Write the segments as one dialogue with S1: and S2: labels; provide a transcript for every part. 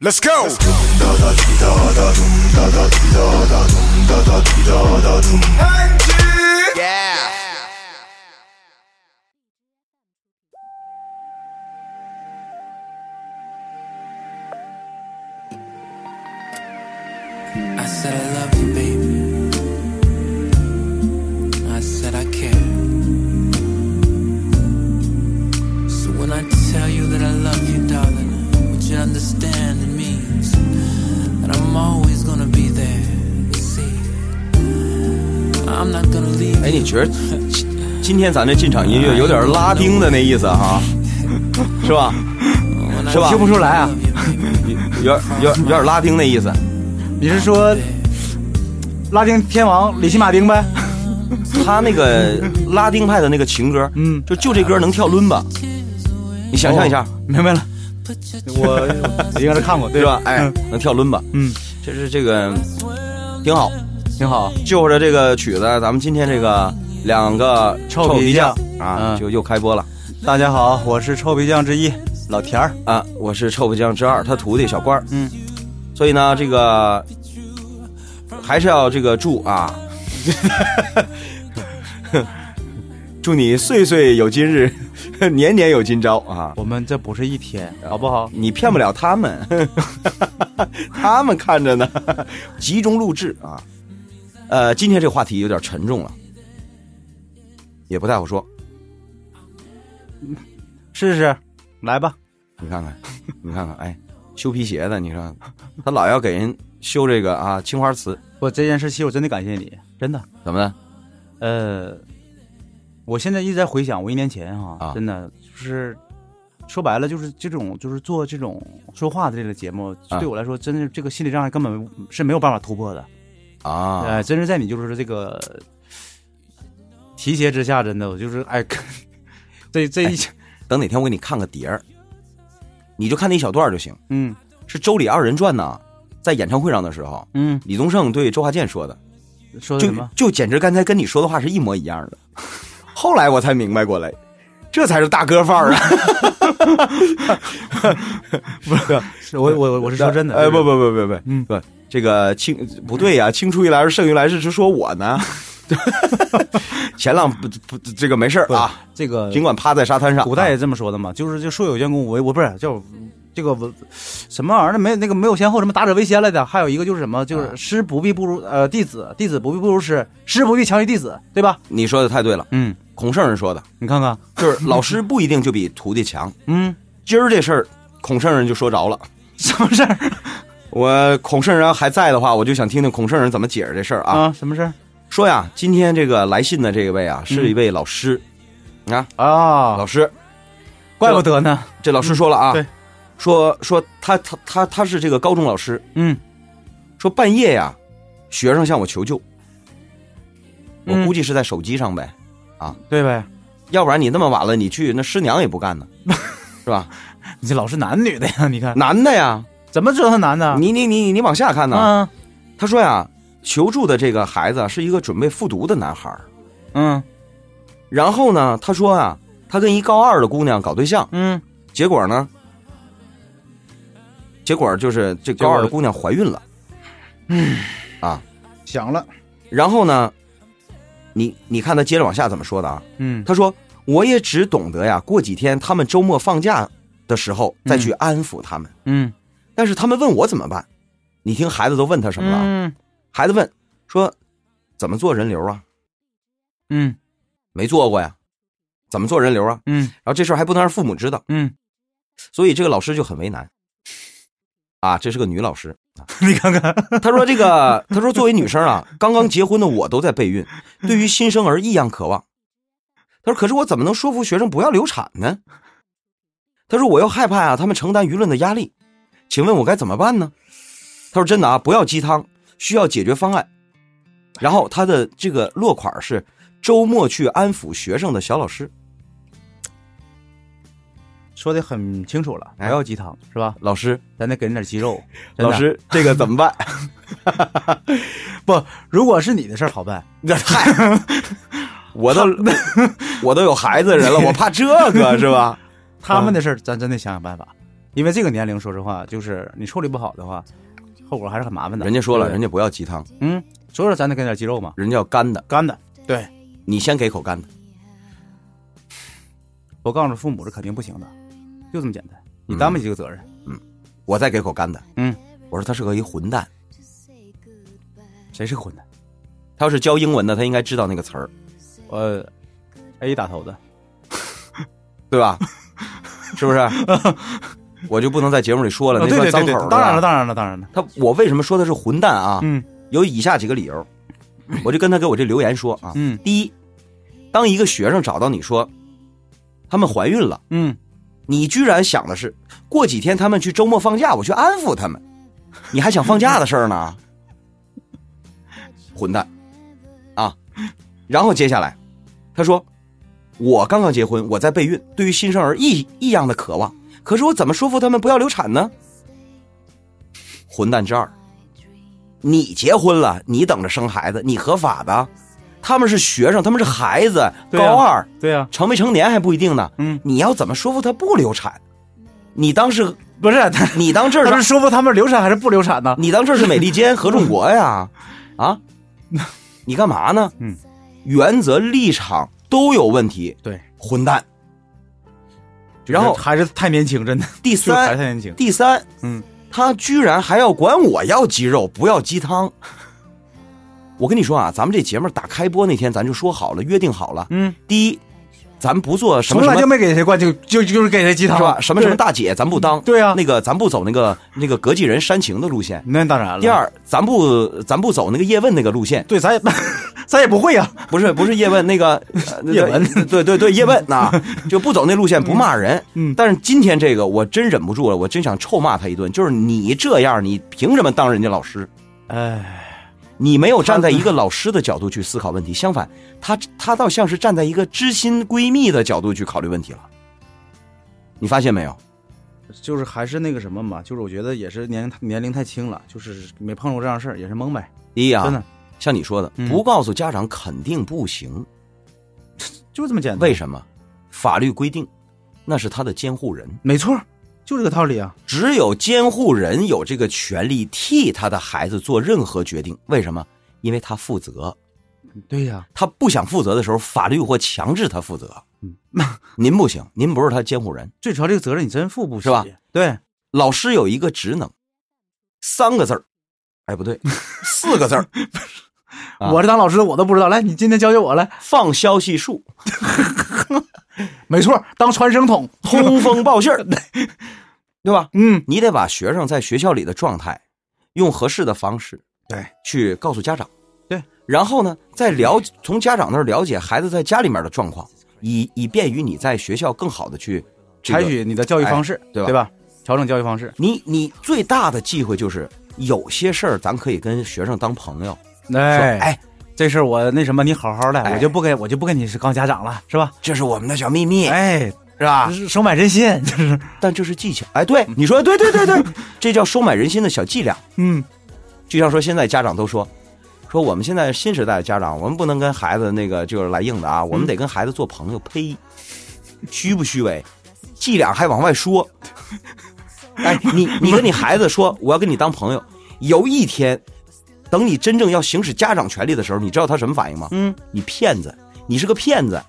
S1: Let's go. Yeah.
S2: 哎，你觉得今今天咱这进场
S3: 哎
S2: 音乐有点拉丁的那意思哈、 是吧？是吧？
S3: 听不出来啊？
S2: 有点有点有点拉丁那意思。
S3: 你是说拉丁天王里西马丁呗？
S2: 他那个拉丁派的那个情歌，
S3: 嗯
S2: 就就这歌能跳伦巴，你想象一下，
S3: 明白了， 我我应该是看过，对
S2: 是吧？哎
S3: 嗯，
S2: 能跳伦巴，
S3: 嗯，
S2: 这是这个挺好。
S3: 挺好。
S2: 就着这个曲子，咱们今天这个两个
S3: 臭
S2: 臭
S3: 皮
S2: 皮匠
S3: 匠
S2: 啊，
S3: 嗯
S2: 就又开播了
S3: 大家好，我是臭皮匠之一老田儿。
S2: 啊！我是臭皮匠之二，他徒弟小官儿。
S3: 嗯，
S2: 所以呢，这个还是要这个祝啊， 祝你岁岁有今日，年年有今朝啊！
S3: 我们这不是一天，好不好？
S2: 你骗不了他们， 他们看着呢。集中录制啊，呃，今天这个话题有点沉重了，也不太好说。
S3: 试试，来吧。
S2: 你看看，你看看，哎，修皮鞋的，你说他老要给人修这个啊青花瓷，
S3: 我这件事情我真的感谢你，真的。
S2: 怎么的？
S3: 呃，我现在一直在回想我一年前哈、
S2: 啊
S3: 真的就是说白了就是这种就是做这种说话的这个节目，
S2: 啊
S3: 对我来说真的这个心理障碍根本是没有办法突破的。
S2: 啊，
S3: 呃，真是在你就是这个提携之下，真的我就是哎， 这这一、
S2: 等哪天我给你看个碟儿，你就看那一小段儿就行。
S3: 嗯
S2: 是周李二人转呢，在演唱会上的时候，
S3: 嗯
S2: 李宗盛对周华健说的，
S3: 说的
S2: 就
S3: 什么？
S2: 就简直刚才跟你说的话是一模一样的。后来我才明白过来，这才是大哥范儿啊！不是，
S3: 是我我我是 说真的，
S2: 哎，
S3: 就是
S2: 不不不不不，
S3: 嗯
S2: 不，这个青不对呀、青出于蓝而胜于蓝是是说我呢。 前浪不不这个没事儿啊，
S3: 这个
S2: 尽管趴在沙滩上。
S3: 呃古
S2: 啊
S3: 代也这么说的嘛，就是就说有建功，我我不是叫这个文什么玩意儿的，没那个没有先后，什么打者为先来的，还有一个就是什么，就是
S2: 啊
S3: 师不必不如呃弟子，弟子不必不如师，师不必强于弟子，对吧？
S2: 你说的太对了，
S3: 嗯，
S2: 孔圣人说的，
S3: 你看看，
S2: 就是老师不一定就比徒弟强。
S3: 嗯，
S2: 今儿这事儿，孔圣人就说着了。
S3: 什么事儿
S2: 我孔圣人还在的话，我就想听听孔圣人怎么解释这事儿啊。
S3: 啊？什么事儿
S2: 说呀，今天这个来信的这位啊，
S3: 嗯
S2: 是一位老师，
S3: 啊？
S2: 老师，
S3: 怪不得呢，
S2: 这老师说了啊，
S3: 嗯对
S2: 说说他他他他是这个高中老师，
S3: 嗯，
S2: 说半夜呀，学生向我求救，我
S3: 嗯
S2: 估计是在手机上呗，
S3: 对呗？
S2: 要不然你那么晚了，你去那师娘也不干呢，是吧？
S3: 你这老是男女的呀？你看
S2: 男的呀，
S3: 怎么知道他男的？
S2: 你你你你往下看呢，
S3: 啊，
S2: 他说呀，求助的这个孩子啊是一个准备复读的男孩儿，
S3: 嗯
S2: 然后呢，他说啊，他跟一高二的姑娘搞对象，
S3: 嗯，
S2: 结果呢，结果就是这高二的姑娘怀孕了，啊
S3: 想了，
S2: 然后呢，你你看他接着往下怎么说的啊？
S3: 嗯
S2: 他说：“我也只懂得呀，过几天他们周末放假的时候再去安抚他们。
S3: 嗯，
S2: 但是他们问我怎么办，你听孩子都问他什么了啊？
S3: 嗯
S2: 孩子问说：怎么做人流啊？
S3: 嗯
S2: 没做过呀，怎么做人流啊？
S3: 嗯
S2: 然后这事儿还不能让父母知道，
S3: 嗯，
S2: 所以这个老师就很为难。啊，这是个女老师。啊
S3: 你看看，
S2: 她说：“这个，她说作为女生啊，刚刚结婚的我都在备孕，对于新生儿异样渴望。她说，可是我怎么能说服学生不要流产呢？她说，我又害怕啊，他们承担舆论的压力。请问我该怎么办呢？她说，真的啊，不要鸡汤，需要解决方案。然后她的这个落款是周末去安抚学生的小老师。
S3: 说的很清楚了，不
S2: 哎
S3: 要鸡汤是吧？
S2: 老师，啊
S3: 咱得给人点肌 肉。真的
S2: 老，师，这个怎么办？
S3: 不，如果是你的事儿好办，
S2: 那嗨， 我都 我都有孩子人了，我怕这个是吧？嗯
S3: 他们的事儿咱真得想想办法。因为这个年龄，说实话，就是你处理不好的话，后果还是很麻烦的。
S2: 人家说了，
S3: 对
S2: 人家不要鸡汤，
S3: 嗯，所以说咱得给点鸡肉嘛，
S2: 人家要干的，
S3: 干的。对，
S2: 你先给口干的。
S3: 我告诉父母是肯定不行的，就这么简单，
S2: 嗯
S3: 你担不起这个责任。
S2: 我再给口干的。
S3: 嗯，
S2: 我说他是个一混蛋，
S3: 谁是混蛋？
S2: 他要是教英文的，他应该知道那个词儿，呃
S3: 我 A 哎打头的，
S2: 对吧？是不是？ 我就不能在节目里说了，
S3: 哦
S2: 那
S3: 对对
S2: 算
S3: 对
S2: 脏口
S3: 对
S2: 儿，
S3: 当然了，
S2: 是吧。
S3: 当然了，当然了。
S2: 他我为什么说他是混蛋啊？
S3: 嗯
S2: 有以下几个理由，我就跟他给我这留言说啊。
S3: 嗯
S2: 第一，当一个学生找到你说他们怀孕了，
S3: 嗯，
S2: 你居然想的是过几天他们去周末放假，我去安抚他们，你还想放假的事儿呢？ 混蛋啊！然后接下来，他说：“我刚刚结婚，我在备孕，对于新生儿异异样的渴望，可是我怎么说服他们不要流产呢？”混蛋之二，你结婚了，你等着生孩子，你合法的，他们是学生，他们是孩子，
S3: 对啊
S2: 高二，
S3: 对呀，
S2: 成没成年还不一定呢。
S3: 嗯，
S2: 你要怎么说服他不流产？你当是，
S3: 不是他，
S2: 你当这
S3: 他
S2: 儿
S3: 是
S2: 是，
S3: 说服他们流产还是不流产呢？
S2: 你当这是美利坚合众国呀？啊，你干嘛呢？
S3: 嗯，
S2: 原则立场都有问题，
S3: 对，
S2: 混蛋。然后
S3: 还是太年轻，真的，
S2: 第
S3: 就是还是
S2: 三，
S3: 太年轻。
S2: 第三，
S3: 嗯，
S2: 他居然还要管我要鸡肉，不要鸡汤。我跟你说啊，咱们这节目打开播那天，咱就说好了，约定好了。
S3: 嗯，
S2: 第一，咱不做什
S3: 从
S2: 么什
S3: 来
S2: 么
S3: 就没给谁灌，就就就是给谁鸡汤
S2: 是吧？什么什么
S3: 啊对
S2: 大姐咱不当，
S3: 对啊
S2: 那个咱不走那个那个隔几人煽情的路线。
S3: 那当然了。
S2: 第，二，咱不咱不走那个叶问那个路线，
S3: 对，咱也咱也不会呀。啊
S2: 不是不是叶问那个呃
S3: 叶问
S2: 那个对对对叶问 呐，就不走那路线不骂人。
S3: 嗯
S2: 但是今天这个我真忍不住了，我真想臭骂他一顿，就是你这样，你凭什么当人家老师？
S3: 哎，
S2: 你没有站在一个老师的角度去思考问题，相反，她她倒像是站在一个知心闺蜜的角度去考虑问题了。你发现没有？
S3: 就是还是那个什么嘛，就是我觉得也是年龄年龄太轻了，就是没碰着这样事儿，也是懵呗，
S2: 第一啊，
S3: 真的
S2: 像你说的，
S3: 嗯
S2: 不告诉家长肯定不行。
S3: 就这么简单。
S2: 为什么？法律规定，那是他的监护人，
S3: 没错，就这个道理啊。
S2: 只有监护人有这个权利替他的孩子做任何决定。为什么？因为他负责。
S3: 对呀，
S2: 他不想负责的时候，法律会强制他负责。
S3: 嗯，
S2: 您不行，您不是他监护 人。
S3: 最主要这个责任你真负不起
S2: 是吧？
S3: 对，
S2: 老师有一个职能，三个字儿，哎，不对， 四个字儿，啊
S3: 我这当老师的我都不知道。来，你今天教教我来。
S2: 放消息树，
S3: 没错，当传声筒。
S2: 通风报 信儿，对吧？
S3: 嗯，
S2: 你得把学生在学校里的状态，用合适的方式
S3: 对
S2: 去告诉家长，
S3: 对，
S2: 然后呢，再了解从家长那儿了解孩子在家里面的状况，以以便于你在学校更好的去、这个
S3: 采取你的教育方式
S2: 哎，对吧
S3: 对吧？调整教育方式。
S2: 你你最大的忌讳就是有些事儿咱可以跟学生当朋友，说
S3: 哎
S2: 哎，
S3: 这事儿我那什么，你好好的，
S2: 哎
S3: 我就不跟我就不跟你是当家长了，是吧？
S2: 这是我们的小秘密，
S3: 哎，
S2: 是吧？
S3: 是收买人心，就是
S2: 但这是技巧，哎，对，你说对对对 对，这叫收买人心的小伎俩。
S3: 嗯，
S2: 就像说现在家长都说，说我们现在新时代的家长，我们不能跟孩子那个就是来硬的
S3: 嗯
S2: 啊，我们得跟孩子做朋友。呸，虚不虚伪？伎俩还往外说。哎，你你跟你孩子说我要跟你当朋友，有一天，等你真正要行使家长权利的时候，你知道他什么反应吗？
S3: 嗯，
S2: 你骗子，你是个骗子，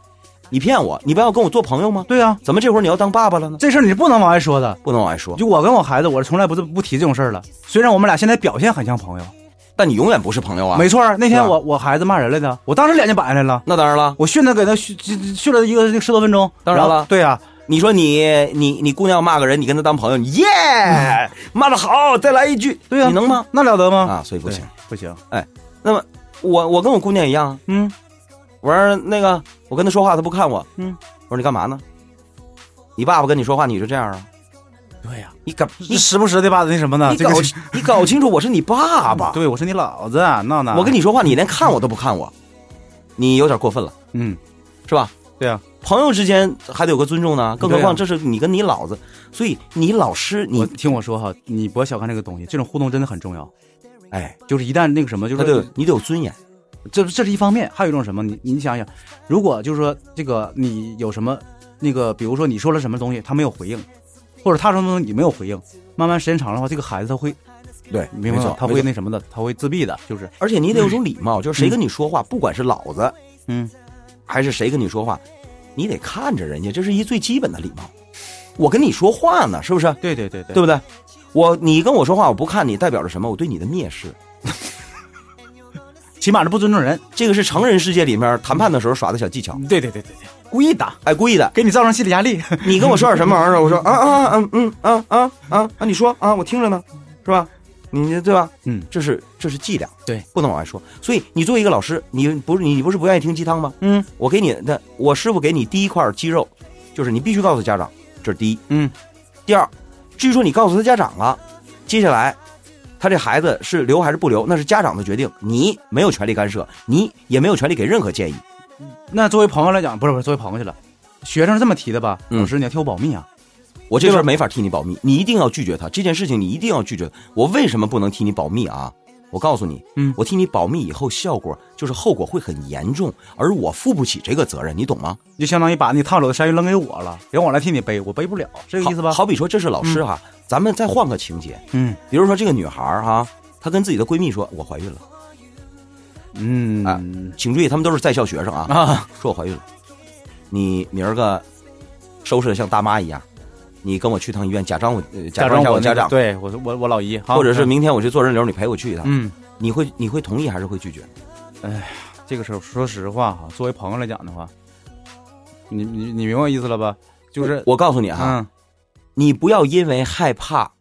S2: 你骗我，你不要跟我做朋友吗？
S3: 对啊，
S2: 怎么这会儿你要当爸爸了呢？
S3: 这事儿你是不能往外说的。
S2: 不能往外说，
S3: 就我跟我孩子，我是从来不不提这种事儿了。虽然我们俩现在表现很像朋友，
S2: 但你永远不是朋友啊。
S3: 没，错儿。那
S2: 是
S3: 天
S2: 吧
S3: 我我孩子骂人来的，我当时脸就摆下来了，
S2: 那当然了。
S3: 我训他给他训训训了一个十多分钟。
S2: 当然了
S3: 后对呀、
S2: 你说你你你姑娘骂个人，你跟她当朋友，你耶、骂的好，再来一句，
S3: 嗯对啊呀、
S2: 你能吗？？
S3: 那了得吗？
S2: 啊，所以不
S3: 对
S2: 行。，
S3: 不行。
S2: 那么我我跟我姑娘一样，
S3: 嗯，
S2: 我说那个我跟她说话，她不看我，
S3: 嗯，
S2: 我说你干嘛呢？你爸爸跟你说话你就这样啊？
S3: 对呀、
S2: 你搞
S3: 你
S2: 你
S3: 时不时的把那什么呢？
S2: 你
S3: 啊这个嗯
S2: 搞你搞清楚我是你爸爸，
S3: 对，我是你老子啊，闹闹。
S2: 我跟
S3: 你，
S2: 你说话你连看我都不看我，你有点过分了，
S3: 嗯，
S2: 是吧？
S3: 对呀、
S2: 朋友之间还得有个尊重呢，更何
S3: 对呀啊
S2: 况这是你跟你老子，所以你老师
S3: 我
S2: 你
S3: 听我说哈，你不要小看这个东西，这种互动真的很重要。
S2: 哎，
S3: 就是一旦那个什么，就
S2: 他得有
S3: 是
S2: 你得有尊严，
S3: 这这是一方面，还有一种什么，你你想想，如果就是说这个你有什么那个，比如说你说了什么东西，他没有回应，
S2: 对，
S3: 你明白
S2: 没
S3: 吗
S2: 错？
S3: 他
S2: 没
S3: 会
S2: 错
S3: 那什么的，他会自闭的，就是，
S2: 而且你得有种礼貌，就是谁跟你说话，不管是老子
S3: 嗯，
S2: 还是谁跟你说话，你得看着人家，这是一最基本的礼貌。我跟你说话呢，是不是？
S3: 对对对对
S2: 对不对？我你跟我说话，我不看你，代表着什么？我对你的蔑视。
S3: 起码是不尊重人，
S2: 这个是成人世界里面谈判的时候耍的小技巧，
S3: 对对对对对，故意打，
S2: 哎，故意的。
S3: 给你造成心理压力，
S2: 你跟我说点什么玩意儿？我说啊啊啊嗯啊啊啊啊！你说啊，我听着呢，是吧？你对吧？
S3: 嗯，
S2: 这是这是伎俩，
S3: 对，
S2: 不能往外说。所以你作为一个老师，你不是你不是不愿意听鸡汤吗？
S3: 嗯
S2: 我给你的，我师傅给你第一块鸡肉，就是你必须告诉家长，这是第一。
S3: 嗯，
S2: 第二，至于说你告诉他家长了，接下来他这孩子是留还是不留，那是家长的决定，你没有权利干涉，你也没有权利给任何建议。
S3: 那作为朋友来讲，不是不是作为朋友去了，学生这么提的吧？
S2: 嗯
S3: 老师，你要替我保密啊！
S2: 我这事儿没法替你保密，你一定要拒绝他这件事情，你一定要拒绝。我为什么不能替你保密啊？我告诉你，
S3: 嗯
S2: 我替你保密以后，效果就是后果会很严重，而我负不起这个责任，你懂吗？
S3: 就相当于把你烫手的山芋扔给我了，然后我来替你背，我背不了，是这个意思吧？
S2: 好，好比说这是老师哈，咱们再换个情节，
S3: 嗯
S2: 比如说这个女孩儿哈、她跟自己的闺蜜说：“我怀孕了。
S3: 嗯
S2: 啊请注意，她们都是在校学生啊。
S3: 啊，
S2: 说我怀孕了，你明儿个收拾的像大妈一样，你跟我去趟医院，假装我、呃假装一下
S3: 我
S2: 我
S3: 那个
S2: 家长，
S3: 对我我我老姨，好
S2: 或者是明天我去做人流，你陪我去一趟。
S3: 嗯，
S2: 你会你会同意还是会拒绝？
S3: 这个时候说实话哈，作为朋友来讲的话，你你你明白我意思了吧？就是
S2: 我啊告诉你哈，
S3: 嗯
S2: 你不要因为害怕，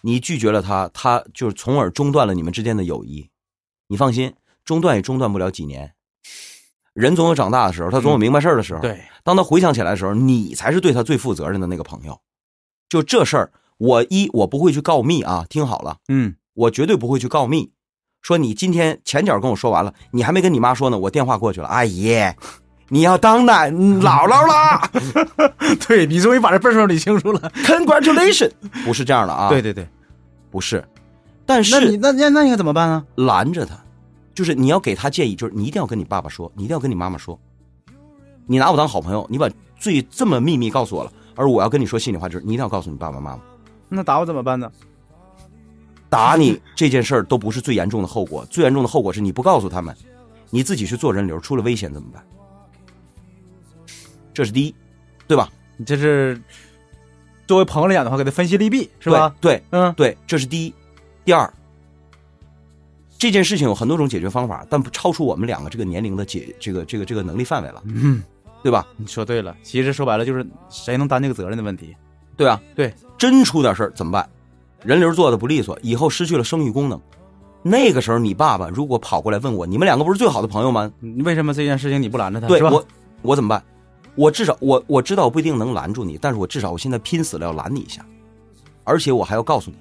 S2: 你拒绝了他，他就是从而中断了你们之间的友谊。你放心，中断也中断不了几年。人总有长大的时候，他总有明白事儿的时候。
S3: 嗯对，
S2: 当他回想起来的时候，你才是对他最负责任的那个朋友。就这事儿，我一我不会去告密啊，听好了，
S3: 嗯
S2: 我绝对不会去告密。说你今天前脚跟我说完了，你还没跟你妈说呢，我电话过去了，阿姨，你要当奶嗯姥姥啦
S3: 对你终于把这辈儿说理清楚了。
S2: ，congratulation，不 是这样的啊，
S3: 对，对对，
S2: 不是，但
S3: 那你
S2: 是
S3: 那那那应该怎么办啊？
S2: 拦着他，就是你要给他建议，就是你一定要跟你爸爸说，你一定要跟你妈妈说，你拿我当好朋友，你把最这么秘密告诉我了，而我要跟你说心里话，就是你一定要告诉你爸爸妈妈。
S3: 那打我怎么办呢？
S2: 打你这件事儿都不是最严重的后果，最严重的后果是你不告诉他们，你自己去做人流，出了危险怎么办？这是第一，对吧？
S3: 你这是作为朋友来讲的话，给他分析利弊是吧？
S2: 对
S3: 嗯
S2: 对对，这是第一。第二，这件事情有很多种解决方法，但不超出我们两个这个年龄的解这个这个这个能力范围了，
S3: 嗯，
S2: 对吧？
S3: 你说对了，其实说白了就是谁能担这个责任的问题。
S2: 对啊，
S3: 对，
S2: 真出点事儿怎么办？人流做的不利索，以后失去了生育功能。那个时候，你爸爸如果跑过来问我，你们两个不是最好的朋友吗？
S3: 你为什么这件事情你不拦着他？
S2: 对
S3: 是吧？
S2: 我我怎么办？我至少我我知道我不一定能拦住你，但是我至少我现在拼死了要拦你一下，而且我还要告诉你，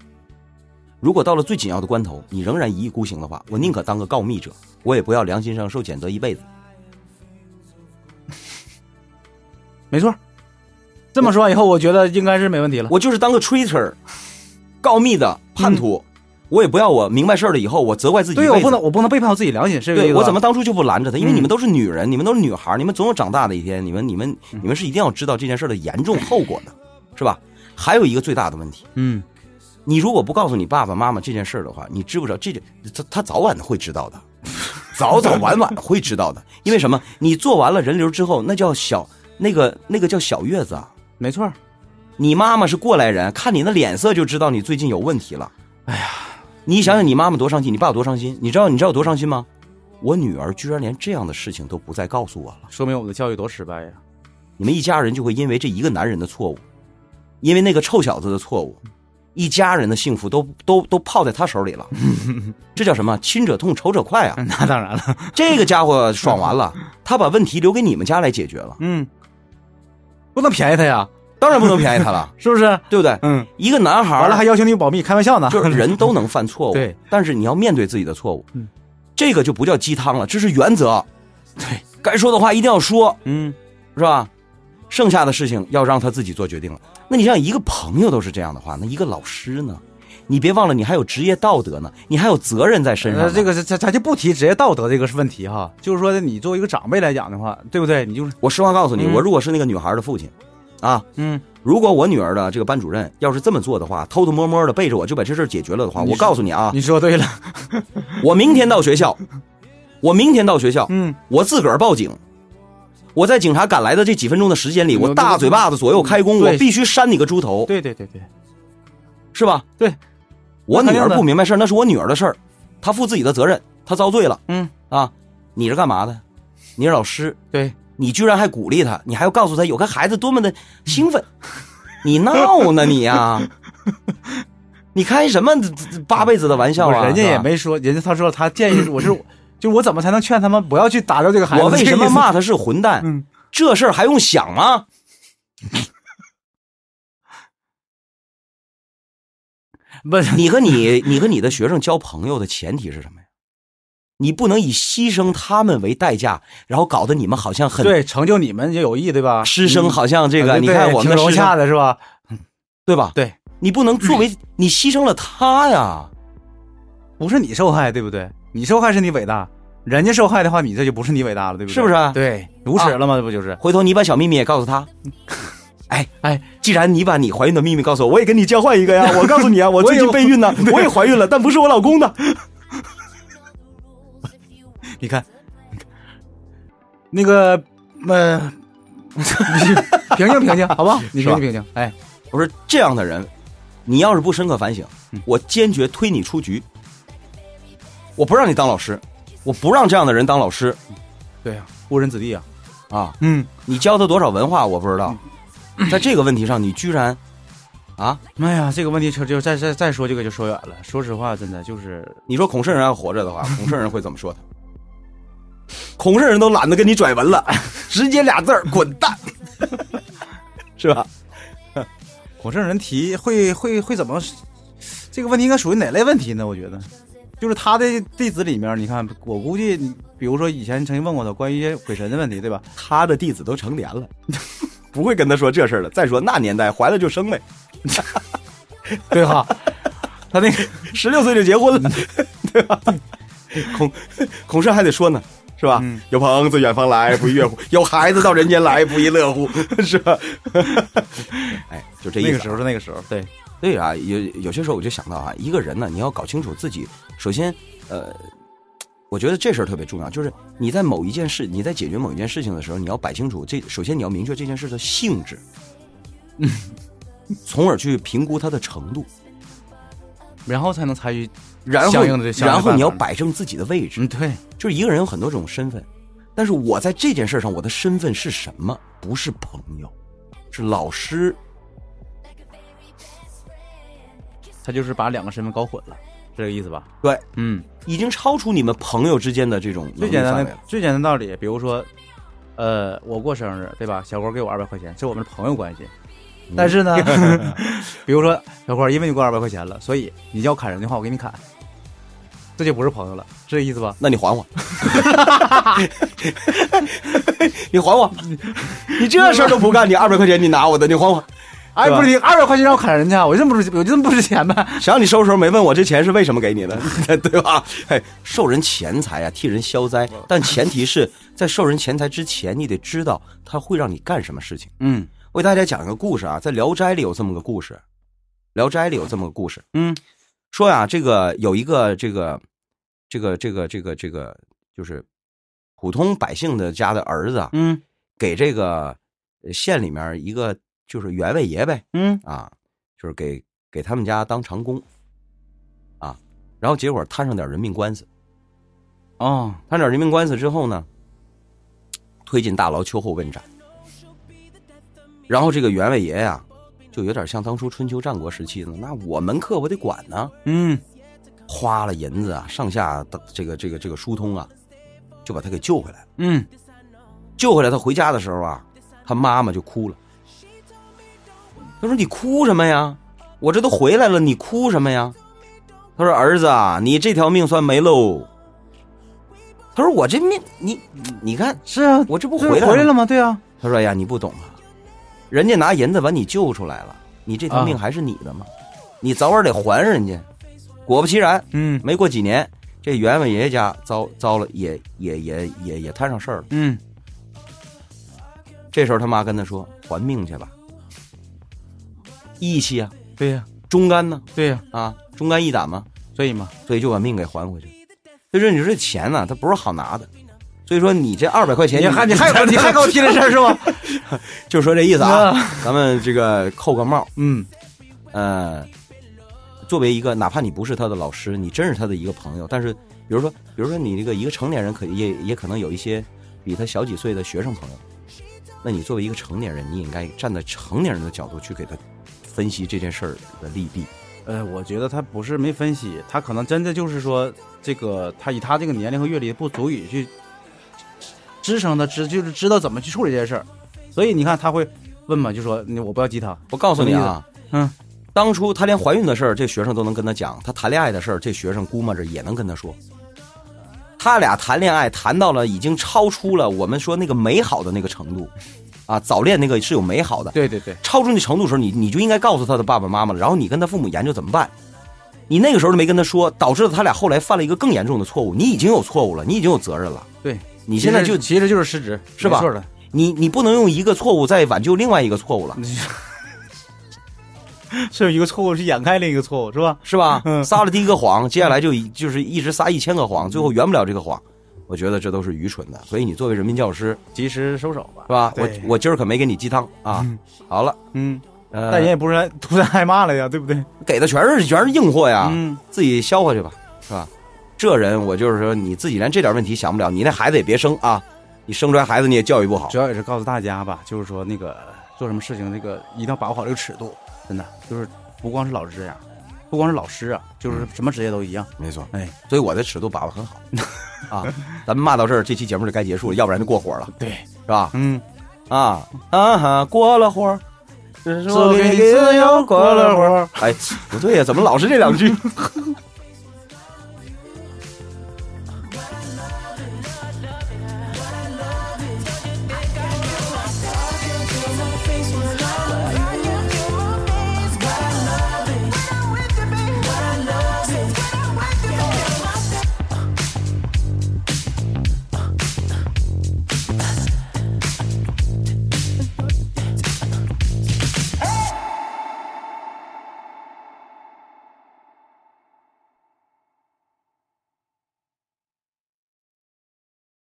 S2: 如果到了最紧要的关头，你仍然一意孤行的话，我宁可当个告密者，我也不要良心上受谴责一辈子。
S3: 啊没错。这么说完以后，我觉得应该是没问题了。
S2: 我就是当个 traitor，告密的叛徒，我也不要我明白事儿了以后我责怪自己一辈
S3: 嗯对，
S2: 子。
S3: 我不能，我不能背叛我自己良心，是这个
S2: 对
S3: 意思吧
S2: 我怎么当初就不拦着他？因为
S3: 嗯
S2: 你们都是女人，你们都是女孩儿，你们总有长大的一天，你们你们
S3: 嗯
S2: 你们是一定要知道这件事儿的严重后果的，是吧？还有一个最大的问题。
S3: 嗯，
S2: 你如果不告诉你爸爸妈妈这件事儿的话，你知不知道这件他他早晚会知道的， 早早晚晚会知道的。因为什么？你做完了人流之后，那叫小那个那个叫小月子啊。
S3: 没错儿。
S2: 你妈妈是过来人，看你那脸色就知道你最近有问题了。哎呀，你想想你妈妈多伤心，你爸有多伤心，你知道你知道有多伤心吗？我女儿居然连这样的事情都不再告诉我了。
S3: 说明我们的教育多失败呀、
S2: 你们一家人就会因为这一个男人的错误，因为那个臭小子的错误，一家人的幸福都都都泡在他手里 了。这叫什么？亲者痛，仇者快啊！
S3: 那当然了，
S2: 这个家伙爽完了，他把问题留给你们家来解决了，
S3: 嗯，不能便宜他呀，
S2: 当然不能便宜他 了，
S3: 是不是？
S2: 对不对？
S3: 嗯，
S2: 一个男孩儿
S3: 完了还要求你保密，开玩笑呢。
S2: 啊 就是人都能犯错误，
S3: 对，
S2: 但是你要面对自己的错误
S3: 嗯，
S2: 这个就不叫鸡汤了，这是原则。
S3: 对，
S2: 该说的话一定要说，
S3: 嗯，
S2: 是吧？剩下的事情要让他自己做决定了。那你像一个朋友都是这样的话，那一个老师呢？你别忘了，你还有职业道德呢，你还有责任在身上呢、
S3: 呃，这个咱咱咱就不提职业道德这个问题哈，就是说你作为一个长辈来讲的话，对不对？你就是
S2: 我实话告诉你，
S3: 嗯
S2: 我如果是那个女孩的父亲，啊，
S3: 嗯，
S2: 如果我女儿的这个班主任要是这么做的话，偷偷摸摸的背着我就把这事儿解决了的话，
S3: 你
S2: 我
S3: 是
S2: 告诉你啊，
S3: 你说对了，
S2: 我明天到学校，我明天到学校，
S3: 嗯，
S2: 我自个儿报警。我在警察赶来的这几分钟的时间里，
S3: 嗯
S2: 我大嘴巴子左右开弓，
S3: 对
S2: 我必须扇你个猪头，
S3: 对对对对，
S2: 是吧？
S3: 对，
S2: 我女
S3: 那肯定
S2: 儿
S3: 的
S2: 不明白事儿，那是我女儿的事儿，她负自己的责任，她遭罪了
S3: 嗯，
S2: 啊！你是干嘛的？你是老师，
S3: 对，
S2: 你居然还鼓励她，你还要告诉她有个孩子多么的兴奋，你闹呢你呀、 你开什么八辈子的玩笑
S3: 不是
S2: 啊？
S3: 人家
S2: 是
S3: 也
S2: 吧
S3: 没说，人家他说他建议 我是，就是我怎么才能劝他们不要去打掉这个孩子？
S2: 我为什么
S3: 这个意思？
S2: 骂他是混蛋？
S3: 嗯
S2: 这事儿还用想吗？
S3: 不是，
S2: 你和你，你和你的学生交朋友的前提是什么呀？你不能以牺牲他们为代价，然后搞得你们好像很
S3: 对，成就你们也有益，对吧？
S2: 师生，好像这个，
S3: 啊嗯对
S2: 你看我们
S3: 挺
S2: 的
S3: 融
S2: 师
S3: 洽
S2: 生，
S3: 的是吧？
S2: 对吧？
S3: 对，
S2: 你不能 作为你牺牲了他呀，
S3: 不是你受害，对不对？你受害是你伟大，人家受害的话，你这就不是你伟大了，对不对？
S2: 是不是啊
S3: 对，无耻了吗？这不就是？
S2: 回头你把小秘密也告诉他。哎哎，既然你把你怀孕的秘密告诉我，我也跟你交换一个 呀！我告诉你啊，我最近备孕呢，我也怀孕了，但不是我老公 的。
S3: 你看，那个，呃， 平静平静，好不 好？你
S2: 是吧
S3: 平静平静，哎，
S2: 我说这样的人，你要是不深刻反省，
S3: 嗯
S2: 我坚决推你出局。我不让你当老师，我不让这样的人当老师
S3: 对呀、误人子弟啊，
S2: 啊！
S3: 嗯，
S2: 你教他多少文化我不知道，在这个问题上你居然啊，
S3: 哎呀，这个问题就就再再再说这个就说远了。说实话，真的就是
S2: 你说孔圣人要活着的话，孔圣人会怎么说他？ 孔圣人都懒得跟你拽文了，直接俩字儿滚蛋， 是吧？
S3: 我这人提会会会怎么？这个问题应该属于哪类问题呢？我觉得，就是他的弟子里面，你看，我估计你，比如说以前曾经问过他关于一些鬼神的问题，对吧？
S2: 他的弟子都成年了，不会跟他说这事儿了。再说那年代怀了就生呗，
S3: 对哈，他 那个
S2: 十六岁就结婚了，对吧？孔孔圣还得说呢，是吧？
S3: 嗯
S2: 有朋自远方来，不亦乐乎；有孩子到人间来，不亦乐乎， 是吧？哎，就这意
S3: 那
S2: 思
S3: 个
S2: 啊。
S3: 时候是那个时候，对，
S2: 对啊，有有些时候我就想到啊，一个人呢，你要搞清楚自己，首先，呃，我觉得这事儿特别重要，就是你在某一件事，你在解决某一件事情的时候，你要摆清楚这，首先你要明确这件事的性质，
S3: 嗯
S2: 从而去评估它的程度，
S3: 然后才能参与，
S2: 然后
S3: 相应的相应的
S2: 然后
S3: 办
S2: 你要
S3: 法
S2: 摆正自己的位置，
S3: 嗯，对，
S2: 就是一个人有很多种身份，但是我在这件事上，我的身份是什么？不是朋友，是老师，
S3: 他就是把两个身份搞混了，这个意思吧？
S2: 对，
S3: 嗯，
S2: 已经超出你们朋友之间的这种能
S3: 最
S2: 力
S3: 简单
S2: 范围
S3: 的
S2: 了
S3: 最简单道理，比如说，呃，我过生日，对吧？小郭给我二百块钱，这我们是朋友关系。但是 呢，比如说小郭，因为你给我二百块钱了，所以你要砍人的话，我给你砍，这就不是朋友了，是这意思吧？
S2: 那你还我， 你还我，你这事儿都不干，你二百块钱你拿我的，你还我。
S3: 哎，
S2: 是吧
S3: 不是你二百块钱让我砍人去啊，我这么不值，我这么不值钱呗？
S2: 谁让你收拾时候没问我这钱是为什么给你的， 对吧？哎，受人钱财啊，替人消灾，但前提是在受人钱财之前，你得知道他会让你干什么事情。
S3: 嗯
S2: 为大家讲一个故事啊，在《聊斋》里有这么个故事，《聊斋》里有这么个故事，
S3: 嗯
S2: 说呀、这个有一个这个这个这个这个这个就是普通百姓的家的儿子啊，
S3: 嗯
S2: 给这个呃县里面一个就是员外爷呗
S3: 嗯
S2: 啊，就是给给他们家当长工啊，然后结果摊上点人命官司，
S3: 哦，
S2: 摊点人命官司之后呢，推进大牢秋后问斩。然后这个员外爷呀、就有点像当初春秋战国时期的，那我门客我得管呢、
S3: 嗯
S2: 花了银子啊，上下的这个这个这个疏通啊，就把他给救回来了。
S3: 嗯，
S2: 救回来他回家的时候啊，他妈妈就哭了。他说：“你哭什么呀？我这都回来了，你哭什么呀？”他说：“儿子啊，你这条命算没喽。”他说：“我这命，你你看，
S3: 是啊，
S2: 我这不
S3: 不
S2: 回来
S3: 回来了吗？对啊，
S2: 他说：“哎呀，你不懂啊，人家拿银子把你救出来了，你这条命
S3: 啊
S2: 还是你的吗？你早晚得还人家。”果不其然，
S3: 嗯
S2: 没过几年，这袁伟爷家遭遭了，也也也也也摊上事儿了。
S3: 嗯，
S2: 这时候他妈跟他说：“还命去吧。”义气啊，
S3: 对呀，
S2: 忠肝呢
S3: 对呀，
S2: 啊，忠肝义胆嘛，
S3: 所以嘛，
S2: 所以就把命给还回去。所以说你说这钱呢、它不是好拿的。所以说你这二百块钱，
S3: 你还你还有你还给我提这事儿是 吗？
S2: 就说这意思啊，咱们这个扣个帽，
S3: 嗯，
S2: 呃，作为一个哪怕你不是他的老师，你真是他的一个朋友，但是比如说，比如说你这个一个成年人可也也可能有一些比他小几岁的学生朋友，那你作为一个成年人，你应该站在成年人的角度去给他分析这件事儿的利弊。
S3: 呃，我觉得他不是没分析，他可能真的就是说，这个他以他这个年龄和阅历不足以去支撑他知就是知道怎么去处理这件事儿，所以你看他会问嘛，就说你我不要激他，
S2: 我告诉你啊，
S3: 嗯，
S2: 当初她连怀孕的事儿，这学生都能跟她讲；她谈恋爱的事儿，这学生估摸着也能跟她说。他俩谈恋爱谈到了已经超出了我们说那个美好的那个程度，啊，早恋那个是有美好的，
S3: 对对对，
S2: 超出那程度的时候，你你就应该告诉他的爸爸妈妈了，然后你跟他父母研究怎么办。你那个时候都没跟他说，导致了他俩后来犯了一个更严重的错误。你已经有错误了，你已经有责任了。
S3: 对
S2: 你现在
S3: 其
S2: 就
S3: 实其实就是失职，
S2: 是吧
S3: 没错的，
S2: 你你不能用一个错误再挽救另外一个错误
S3: 嗯
S2: 了，
S3: 是有一个错误是掩盖另一个错误，是吧？
S2: 是 吧？撒了第一个谎，接下来就一就是一直撒一千个谎，最后圆不了这个谎。我觉得这都是愚蠢的。所以你作为人民教师，
S3: 及时收手吧
S2: 是，吧？我
S3: 对
S2: 我今儿可没给你鸡汤啊。好了，
S3: 嗯，
S2: 呃，
S3: 但人也不是突然挨骂了呀，对不对？
S2: 给的全是全是硬货呀。
S3: 嗯，
S2: 自己消化去吧，是吧？这人我就是说，你自己连这点问题想不了，你那孩子也别生啊！你生出来孩子你也教育不好
S3: 主，要也是告诉大家吧，就是说那个做什么事情，那个一定要把握好这个尺度，真的就是不光是老师这样，不光是老师啊，就是什么职业都一样。
S2: 没错。
S3: 哎，
S2: 所以我的尺度把握 很好啊。咱们骂到这儿，这期节目就该结束了，要不然就过火了，
S3: 对，
S2: 是吧？
S3: 嗯，
S2: 啊啊哈，过了火，只是
S3: 我给你自由过了火。
S2: 哎，不对呀，怎么老是这两句？